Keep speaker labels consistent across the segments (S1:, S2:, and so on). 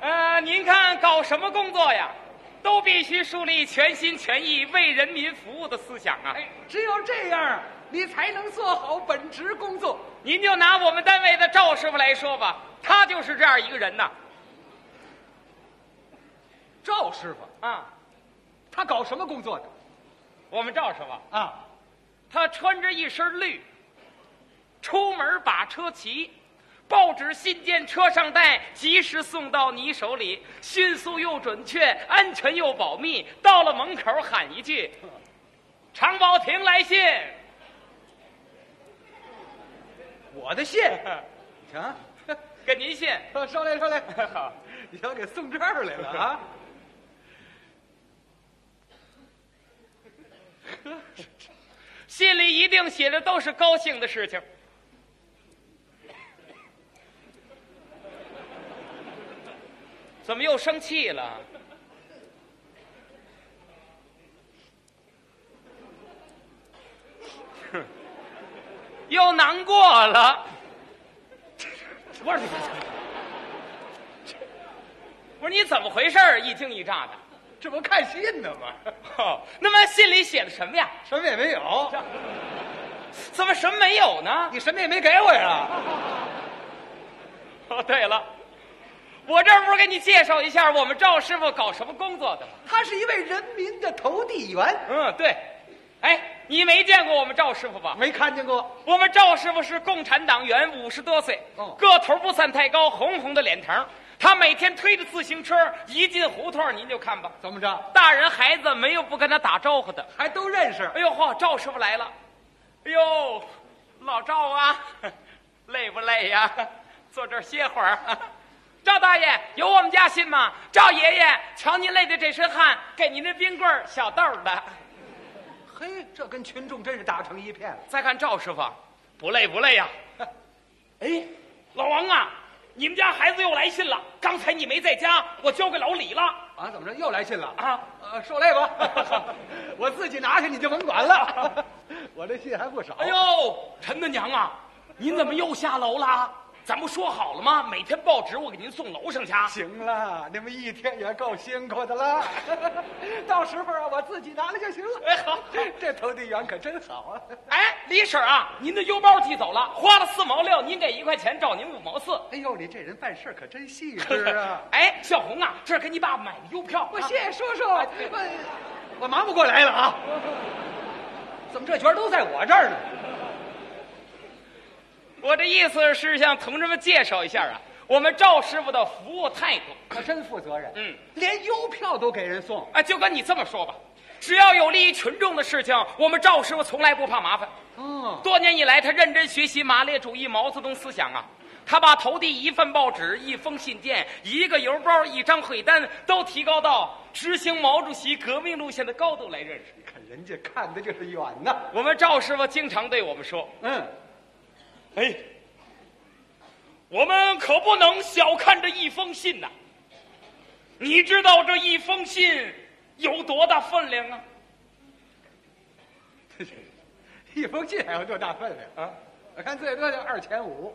S1: 呃您看搞什么工作呀，都必须树立全心全意为人民服务的思想啊。
S2: 哎，只有这样，你才能做好本职工作。
S1: 您就拿我们单位的赵师傅来说吧，他就是这样一个人呐。
S2: 赵师傅，
S1: 啊，
S2: 他搞什么工作的？
S1: 我们赵师傅，
S2: 啊，
S1: 他穿着一身绿，出门把车骑，报纸、信件车上带，及时送到你手里，迅速又准确，安全又保密。到了门口喊一句：“常宝亭来信。
S2: 我的 信，行，”
S1: 给您信，
S2: 捎来捎来。 好，你瞧给送这儿来了 啊！
S1: 信里一定写的都是高兴的事情。怎么又生气了？又难过了。
S2: 不是，
S1: 我说你怎么回事儿？一惊一乍的。
S2: 这不看信呢吗？
S1: 哦，那么信里写的什么呀？
S2: 什么也没有，
S1: 怎么什么没有呢？
S2: 你什么也没给我呀？
S1: 哦，对了，我这不是给你介绍一下我们赵师傅搞什么工作的吗？
S2: 他是一位人民的投递员，
S1: 嗯，对。哎，你没见过我们赵师傅吧？
S2: 没看见过。
S1: 我们赵师傅是共产党员，五十多岁，
S2: 哦
S1: 个头不算太高，红红的脸膛。他每天推着自行车，一进胡同儿您就看吧，
S2: 怎么着？
S1: 大人孩子没有不跟他打招呼的。
S2: 还都认识？
S1: 哎呦嚯，赵师傅来了！哎呦，老赵啊，累不累呀？坐这儿歇会儿。赵大爷，有我们家信吗？赵爷爷，瞧您累的这身汗，给您的冰棍儿、小豆儿的。
S2: 嘿，这跟群众真是打成一片了。
S1: 再看赵师傅，不累不累呀、
S2: 哎，
S1: 老王啊，你们家孩子又来信了，刚才你没在家，我交给老李了。
S2: 啊，怎么着又来信了
S1: 啊？
S2: 呃，受累吧， 我自己拿去，你就甭管了。 我这信还不少。
S1: 哎，呦，陈大娘啊，您怎么又下楼了？咱不说好了吗？每天报纸我给您送楼上去。啊
S2: 行了，你们一天也够辛苦的了。 到时候啊，我自己拿来就行了。
S1: 哎好好
S2: 这投递员可真好啊。
S1: 哎，李婶儿啊，您的邮包寄走了，花了四毛六，您给一块钱，照您五毛四。！
S2: 哎呦，你这人办事可真细致啊
S1: 哎，小红啊，这是给你爸爸买的邮票。
S2: 我
S1: 啊
S2: 谢谢叔叔，我我忙不过来了啊！怎么这角都在我这儿呢？
S1: 我这意思是向同志们介绍一下啊，我们赵师傅的服务态度。
S2: 可真负责任，
S1: 嗯，
S2: 连邮票都给人送。
S1: 啊，就跟你这么说吧，只要有利于群众的事情，我们赵师傅从来不怕麻烦。
S2: 嗯，
S1: 多年以来，他认真学习马列主义毛泽东思想啊。他把投递一份报纸、一封信件、一个邮包、一张会单，都提高到执行毛主席革命路线的高度来认识。
S2: 你看人家看的就是远呐。
S1: 我们赵师傅经常对我们说
S2: 嗯，：“
S1: 哎，我们可不能小看这一封信呐、你知道这一封信有多大分量啊？
S2: 一封信还有多大分量啊？我看最多就二千五。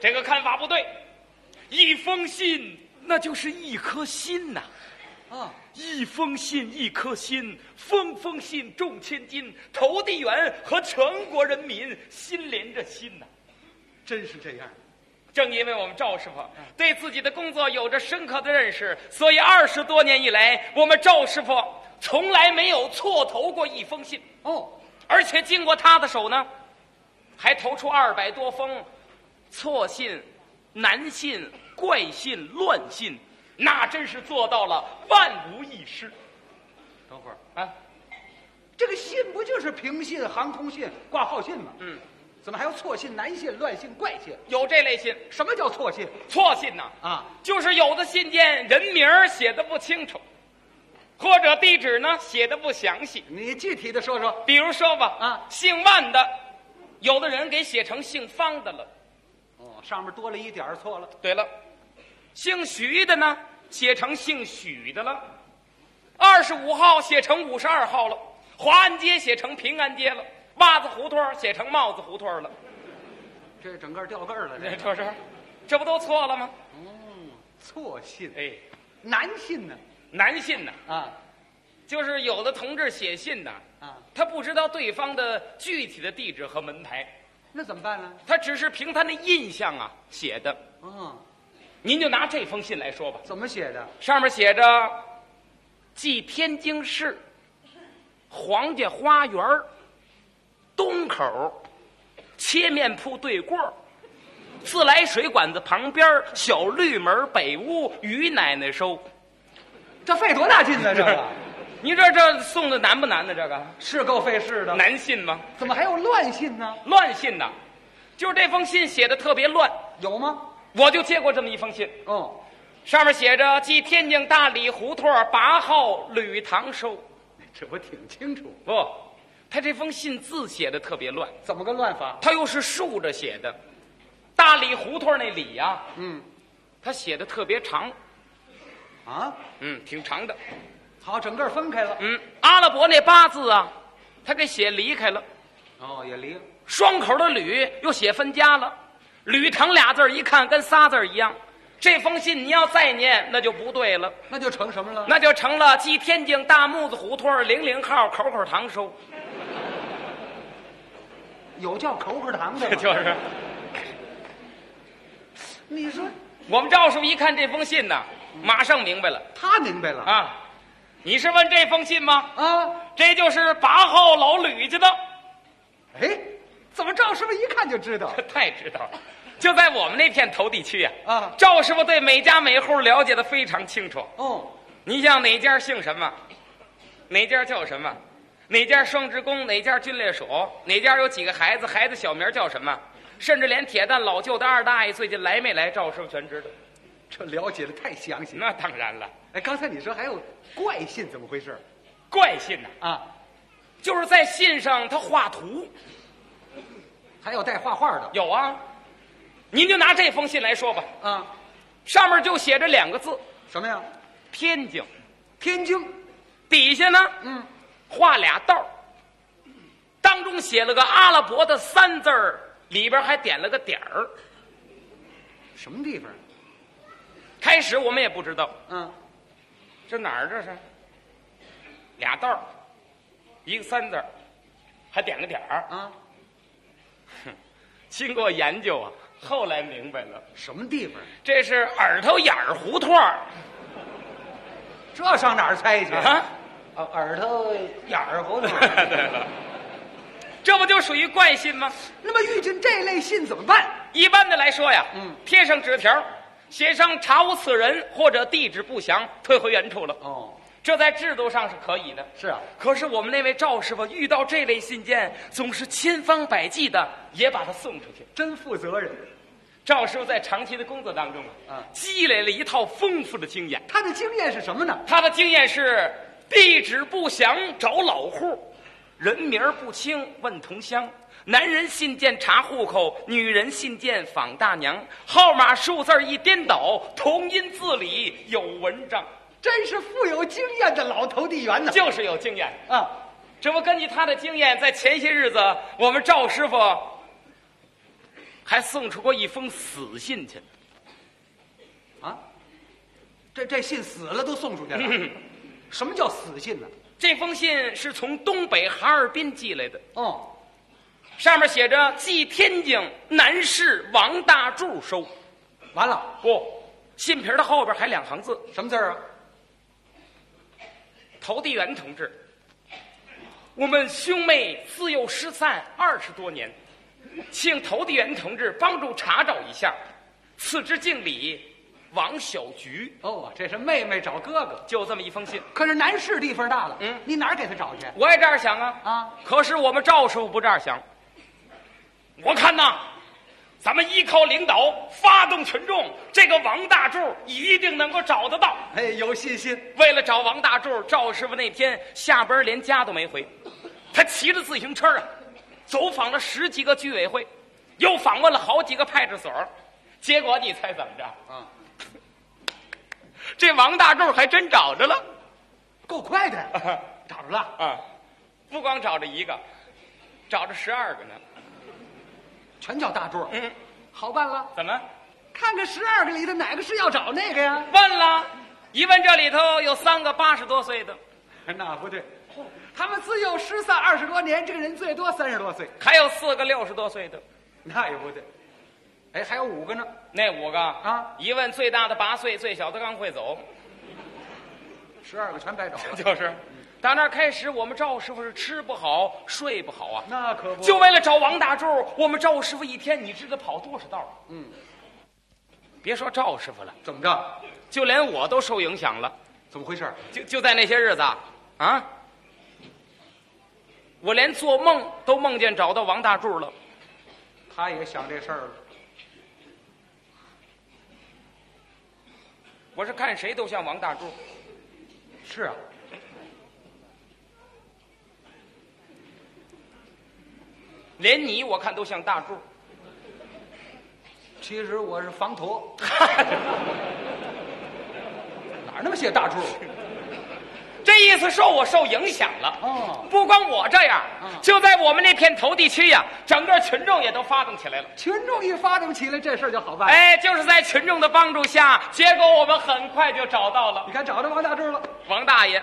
S1: 这个看法不对。一封信那就是一颗心呐、
S2: 啊，
S1: 一封信，一颗心，封封信重千金。投递员和全国人民心连着心呐、
S2: 真是这样。
S1: 正因为我们赵师傅对自己的工作有着深刻的认识，所以二十多年以来，我们赵师傅从来没有错投过一封信，
S2: 哦，
S1: 而且经过他的手呢，还投出二百多封错信、难信、怪信、乱信，那真是做到了万无一失
S2: 等会儿，
S1: 啊！
S2: 这个信不就是平信、航空信、挂号信吗？
S1: 嗯，
S2: 怎么还有错信、难信、乱信、怪信？
S1: 有这类信，
S2: 什么叫错信
S1: 错信呐、
S2: 啊？
S1: 就是有的信件人名儿写的不清楚，或者地址呢写的不详细。
S2: 你具体的说说。
S1: 比如说吧，
S2: 啊
S1: 姓万的，有的人给写成姓方的了。
S2: 哦，上面多了一点儿，错了。
S1: 对了，姓徐的呢，写成姓许的了。二十五号写成五十二号了，华安街写成平安街了，袜子胡同儿写成帽子胡同儿了。
S2: 这整个掉个儿了，
S1: 这
S2: 这
S1: 这是，这不都错了吗？
S2: 错信，
S1: 哎，
S2: 难信呢。
S1: 难信呐，
S2: 啊
S1: 就是有的同志写信呐，
S2: 啊，
S1: 他不知道对方的具体的地址和门牌，
S2: 那怎么办呢？
S1: 他只是凭他的印象啊写的。
S2: 嗯，
S1: 您就拿这封信来说吧，
S2: 怎么写的？
S1: 上面写着“寄天津市黄家花园儿东口切面铺对过儿自来水管子旁边儿小绿门北屋于奶奶收”。
S2: 这费多大劲呢？这 个
S1: 你这这送的难不难呢？这个
S2: 是够费事的。
S1: 难信吗？
S2: 怎么还有乱信呢？
S1: 乱信呐，就是这封信写的特别乱。
S2: 有吗？
S1: 我就接过这么一封信，
S2: 哦，
S1: 上面写着“寄天津大理胡同八号吕堂收
S2: 这我挺清楚。”。
S1: 不，他这封信字写的特别乱，
S2: 怎么个乱法？
S1: 他又是竖着写的。大理胡同那里呀、
S2: 嗯
S1: 他写的特别长，
S2: 啊，
S1: 嗯，挺长的。
S2: 好，整个分开了。
S1: 嗯，阿拉伯那八字啊，他给写离开了。
S2: 哦，也离了。
S1: 双口的吕又写分家了，吕堂俩字儿一看跟仨字儿一样。这封信你要再念，那就不对了，
S2: 那就成什么了？
S1: 那就成了继天津大木子胡同零零号口口堂收，
S2: 有叫口口糖 的吗？
S1: 是。
S2: 你说
S1: 我们赵师傅一看这封信呐，马上明白了
S2: 他明白了
S1: 啊！你是问这封信吗？
S2: 啊？
S1: 这就是八号老吕家的，
S2: 哎，怎么赵师傅一看就知道？
S1: 太知道了，就在我们那片头地区啊。
S2: 啊
S1: 赵师傅对每家每户了解的非常清楚。
S2: 哦，
S1: 你像哪家姓什么，哪家叫什么，哪家双职工，哪家军烈属，哪家有几个孩子，孩子小名叫什么，甚至连铁蛋老舅的二大爷最近来没来，赵师傅全知道。
S2: 这了解的太详细了。
S1: 那当然了，
S2: 哎，刚才你说还有怪信，怎么回事？
S1: 怪信呐、
S2: 啊，
S1: 就是在信上他画图
S2: 还有带画画的
S1: 有啊。您就拿这封信来说吧，
S2: 啊？
S1: 上面就写着两个字
S2: 什么呀？
S1: “天津
S2: 天津，”，
S1: 底下呢
S2: 嗯，
S1: 画俩道儿当中写了个阿拉伯的三字儿，里边还点了个点儿。
S2: 什么地方？
S1: 开始我们也不知道
S2: 嗯，
S1: 这哪儿这是，俩道儿一个三字儿还点个点儿。
S2: 啊，
S1: 经过研究啊，后来明白了，
S2: 什么地方？
S1: 这是耳朵眼儿胡同儿
S2: 这上哪儿猜去？
S1: 啊。
S2: 啊，耳朵眼儿 胡同。
S1: 对了，这不就属于怪信吗？
S2: 那么遇见这类信怎么办？
S1: 一般的来说呀，
S2: 嗯
S1: 贴上纸条，写上查无此人或者地址不详，退回原处了。
S2: 哦，
S1: 这在制度上是可以的。
S2: 是啊，
S1: 可是我们那位赵师傅遇到这类信件，总是千方百计的也把它送出去。
S2: 真负责任。
S1: 赵师傅在长期的工作当中啊，
S2: 嗯
S1: 积累了一套丰富的经验。
S2: 他的经验是什么呢？
S1: 他的经验是地址不详找老户，人名不清问同乡。男人信件查户口，女人信件访大娘，号码数字一颠倒，同音字里有文章，
S2: 真是富有经验的老投递员呢。
S1: 就是有经验。
S2: 啊，
S1: 这不根据他的经验，在前些日子，我们赵师傅还送出过一封死信去呢。
S2: 啊，嗯这这信死了都送出去了。什么叫死信呢？
S1: 这封信是从东北哈尔滨寄来的，
S2: 哦，
S1: 上面写着“寄天津南市王大柱收”。
S2: 完了，
S1: 不、信皮儿的后边还两行字
S2: 什么字儿啊？：“
S1: 投递员同志，我们兄妹自幼失散二十多年，请投递员同志帮助查找一下。次之敬礼，王小菊。
S2: 哦，这是妹妹找哥哥。”
S1: 就这么一封信。
S2: 可是南市地方大了，
S1: 嗯
S2: 你哪儿给他找去？
S1: 我也这样想啊
S2: 啊！
S1: 可是我们赵师傅不这样想。我看呐，咱们依靠领导，发动群众，这个王大柱一定能够找得到。
S2: 哎，有信心。
S1: 为了找王大柱，赵师傅那天下班连家都没回，他骑着自行车啊，走访了十几个居委会，又访问了好几个派出所，结果你猜怎么着？
S2: 啊，
S1: 这王大柱还真找着了。
S2: 够快的，找着了。
S1: 啊，不光找着一个，找着十二个呢。
S2: 全叫大柱。
S1: 嗯，
S2: 好办了，
S1: 怎么？
S2: 看看十二个里头哪个是要找那个呀？
S1: 问了，一问这里头有三个八十多岁的，
S2: 那不对，他们自幼失散二十多年，这个人最多三十多岁，
S1: 还有四个六十多岁的。
S2: 那也不对。哎，还有五个呢，
S1: 那五个
S2: 啊
S1: 一问最大的八岁，最小的刚会走，
S2: 十二个全白找了。
S1: 就是。打那开始，我们赵师傅是吃不好，睡不好啊，
S2: 那可不
S1: 就为了找王大柱，我们赵师傅一天，你知道跑多少道？嗯，别说赵师傅了，
S2: 怎么着？
S1: 就连我都受影响了。
S2: 怎么回事？
S1: 就就在那些日子啊啊，我连做梦都梦见找到王大柱了。
S2: 他也想这事儿了。
S1: 我是看谁都像王大柱，
S2: 是啊，
S1: 连你我看都像大柱。
S2: 其实我是防驼，哪儿那么些大柱？
S1: 这意思受我受影响了。
S2: 哦
S1: 不光我这样，
S2: 嗯
S1: 就在我们那片头地区呀、整个群众也都发动起来了。
S2: 群众一发动起来，这事儿就好办。，
S1: 哎，就是在群众的帮助下，结果我们很快就找到了
S2: 你看找着王大柱了，
S1: 王大爷，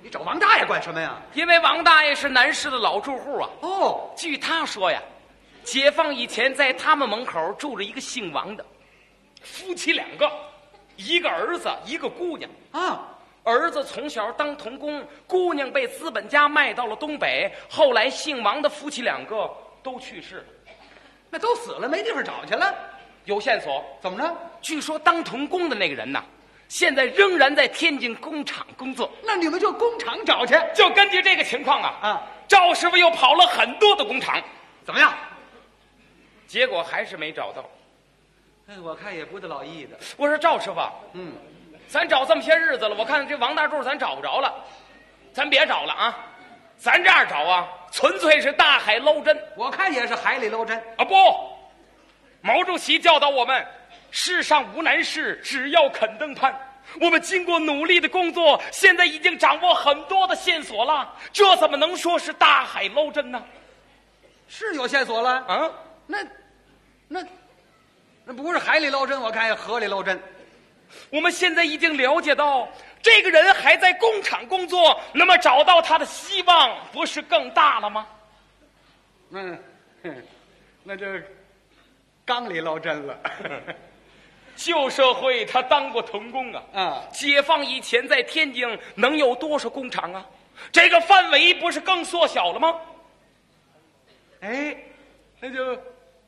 S2: 你找王大爷管什么呀？
S1: 因为王大爷是南市的老住户啊。
S2: 哦，
S1: 据他说呀，解放以前在他们门口住着一个姓王的，夫妻两个，一个儿子一个姑娘。
S2: 啊，
S1: 儿子从小当童工，姑娘被资本家卖到了东北。后来姓王的夫妻两个都去世了。
S2: 那都死了，没地方找去了，
S1: 有线索，
S2: 怎么了？
S1: 据说当童工的那个人呐，现在仍然在天津工厂工作。
S2: 那你们就工厂找去。
S1: 就根据这个情况啊，
S2: 啊，
S1: 赵师傅又跑了很多的工厂，
S2: 怎么样？
S1: 结果还是没找到。
S2: 哎，我看也不得老易的。
S1: 我说赵师傅啊，
S2: 嗯，
S1: 咱找这么些日子了，我看这王大柱咱找不着了，咱别找了啊！咱这样找啊，纯粹是大海捞针
S2: 我看也是海里捞针。
S1: 啊！不，毛主席教导我们，世上无难事，只要肯登攀。我们经过努力的工作，现在已经掌握很多的线索了，这怎么能说是大海捞针呢？
S2: 是有线索了。
S1: 啊，
S2: 那，那，那不是海里捞针，我看也河里捞针。
S1: 我们现在已经了解到，这个人还在工厂工作，那么找到他的希望不是更大了吗？
S2: 嗯，哼那这缸里捞针 了。
S1: 旧社会他当过童工啊，
S2: 啊
S1: 解放以前在天津能有多少工厂啊？这个范围不是更缩小了吗？
S2: 哎，那就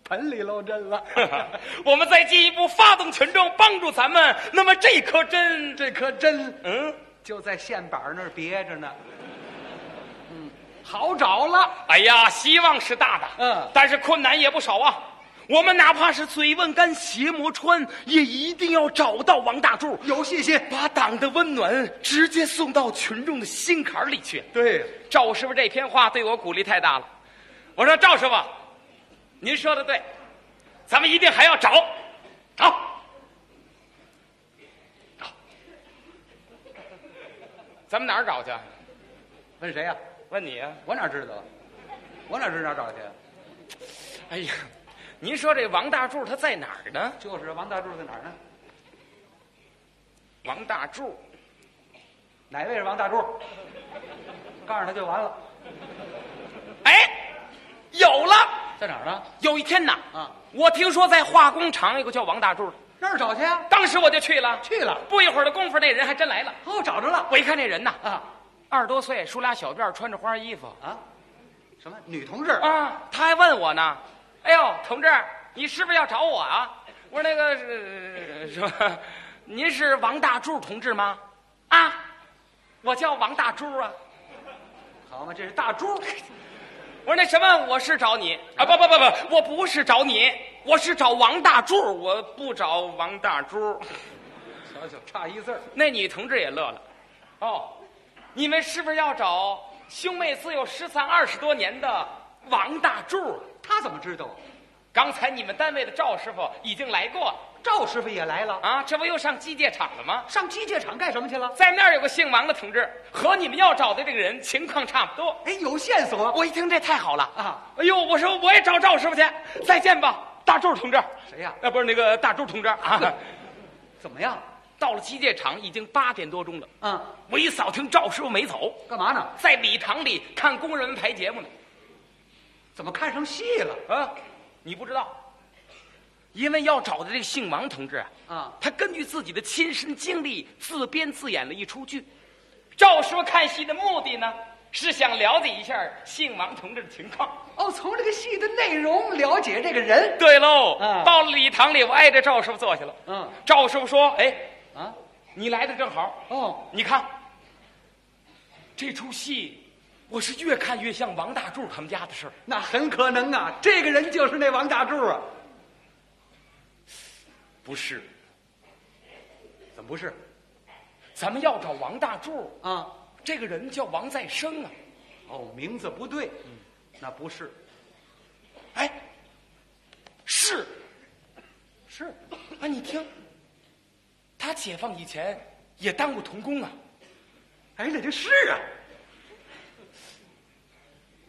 S2: 盆里捞针 了。
S1: 我们再进一步发动群众帮助咱们，那么这颗针，
S2: 这颗针
S1: 嗯，
S2: 就在线板那儿别着呢。嗯，好找了。
S1: 哎呀，希望是大的，
S2: 嗯
S1: 但是困难也不少啊。我们哪怕是嘴问干鞋磨穿，也一定要找到王大柱，
S2: 有信心。
S1: 把党的温暖直接送到群众的心坎儿里去。
S2: 对，
S1: 赵师傅这篇话对我鼓励太大了。我说赵师傅，您说的对，咱们一定还要找，找，找。咱们哪儿找去？啊
S2: 问谁呀、
S1: 问你啊。
S2: 我哪知道？我哪知道哪儿找去？
S1: 哎呀，您说这王大柱他在哪儿呢？
S2: 就是王大柱在哪儿呢？
S1: 王大柱，
S2: 哪位是王大柱？告诉他就完了，
S1: 哎，有了！
S2: 在哪儿呢？
S1: 有一天呐，
S2: 啊，
S1: 我听说在化工厂有个叫王大柱的，
S2: 那儿找去啊！
S1: 当时我就去了。
S2: 去了，
S1: 不一会儿的功夫，那人还真来了。
S2: 哦，找着了
S1: 我一看这人呐，
S2: 啊
S1: 二十多岁，梳俩小辫儿，穿着花衣服。
S2: 啊！什么女同志？
S1: 啊，他还问我呢，哎呦，同志，你是不是要找我啊？我说那个是是吧？您是王大柱同志吗？啊，我叫王大柱啊。
S2: 好嘛，这是大柱，
S1: 我说那什么，我是找你啊，不不不不，我不是找你，我是找王大柱，我不找王大柱。
S2: 瞧瞧，差一字儿。
S1: 那女同志也乐了，哦，你们是不是要找兄妹自幼失散二十多年的王大柱啊？
S2: 他怎么知道？
S1: 刚才你们单位的赵师傅已经来过了
S2: 赵师傅也来了，
S1: 啊，这不又上机械厂了吗？
S2: 上机械厂干什么去了？
S1: 在那儿有个姓王的同志，和你们要找的这个人情况差不多。
S2: 哎，有线索。
S1: 我一听这太好了
S2: 啊！
S1: 哎呦，我说我也找赵师傅去，再见吧，大周同志，
S2: 谁呀
S1: 啊，不是那个大周同志啊。
S2: 怎么样？
S1: 到了机械厂已经八点多钟了，
S2: 嗯，
S1: 我一扫听赵师傅没走，
S2: 干嘛呢？
S1: 在礼堂里看工人们排节目呢。
S2: 怎么看上戏了？
S1: 啊，你不知道，因为要找的这个姓王同志啊，
S2: 啊
S1: 他根据自己的亲身经历自编自演了一出剧。照说看戏的目的呢，是想了解一下姓王同志的情况。
S2: 哦，从这个戏的内容了解这个人。
S1: 对喽，
S2: 啊
S1: 到了礼堂里，我挨着赵师傅坐下了。
S2: 嗯
S1: 赵师傅说：“哎，
S2: 啊，
S1: 你来的正好，
S2: 哦，
S1: 你看这出戏，我是越看越像王大柱他们家的事儿。
S2: 那很可能啊，这个人就是那王大柱啊。
S1: 不是，
S2: 怎么不是？
S1: 咱们要找王大柱，
S2: 啊，
S1: 这个人叫王再生啊。
S2: 哦，名字不对，那不是，
S1: 哎，是，是啊，你听，他解放以前也当过童工啊。
S2: 哎，那就是啊，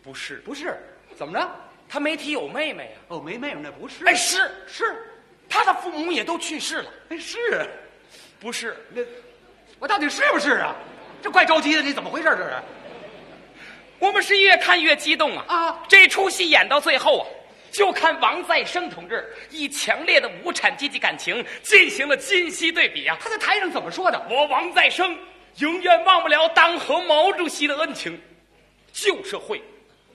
S1: 不是，
S2: 不是，怎么着？
S1: 他没提有妹妹啊。
S2: 哦，没妹妹，那不是，
S1: 哎，是
S2: 是，
S1: 他的父母也都去世了。
S2: 哎是，
S1: 不是，
S2: 那我到底是不是啊？这怪着急的，你怎么回事？这是
S1: 我们是越看越激动啊！
S2: 啊
S1: 这出戏演到最后啊，就看王再生同志以强烈的无产阶级感情进行了今昔对比啊！
S2: 他在台上怎么说的？
S1: 我王再生永远忘不了党和毛主席的恩情。旧社会，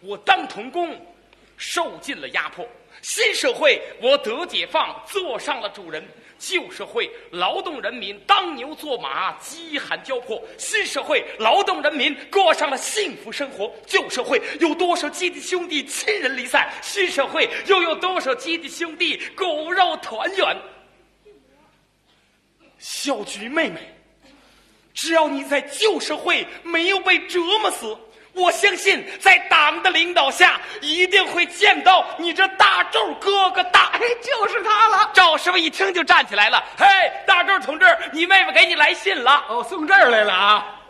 S1: 我当童工，受尽了压迫；新社会，我得解放，坐上了主人。旧社会，劳动人民当牛做马，饥寒交迫；新社会，劳动人民过上了幸福生活。旧社会有多少阶级兄弟亲人离散？新社会又有多少阶级兄弟骨肉团圆？小菊妹妹，只要你在旧社会没有被折磨死，我相信在党的领导下，一定会见到你这大柱哥哥大。
S2: 哎，就是他了。
S1: 赵师傅一听就站起来了，嘿，大柱同志，你妹妹给你来信了。
S2: 哦，送这儿来了啊！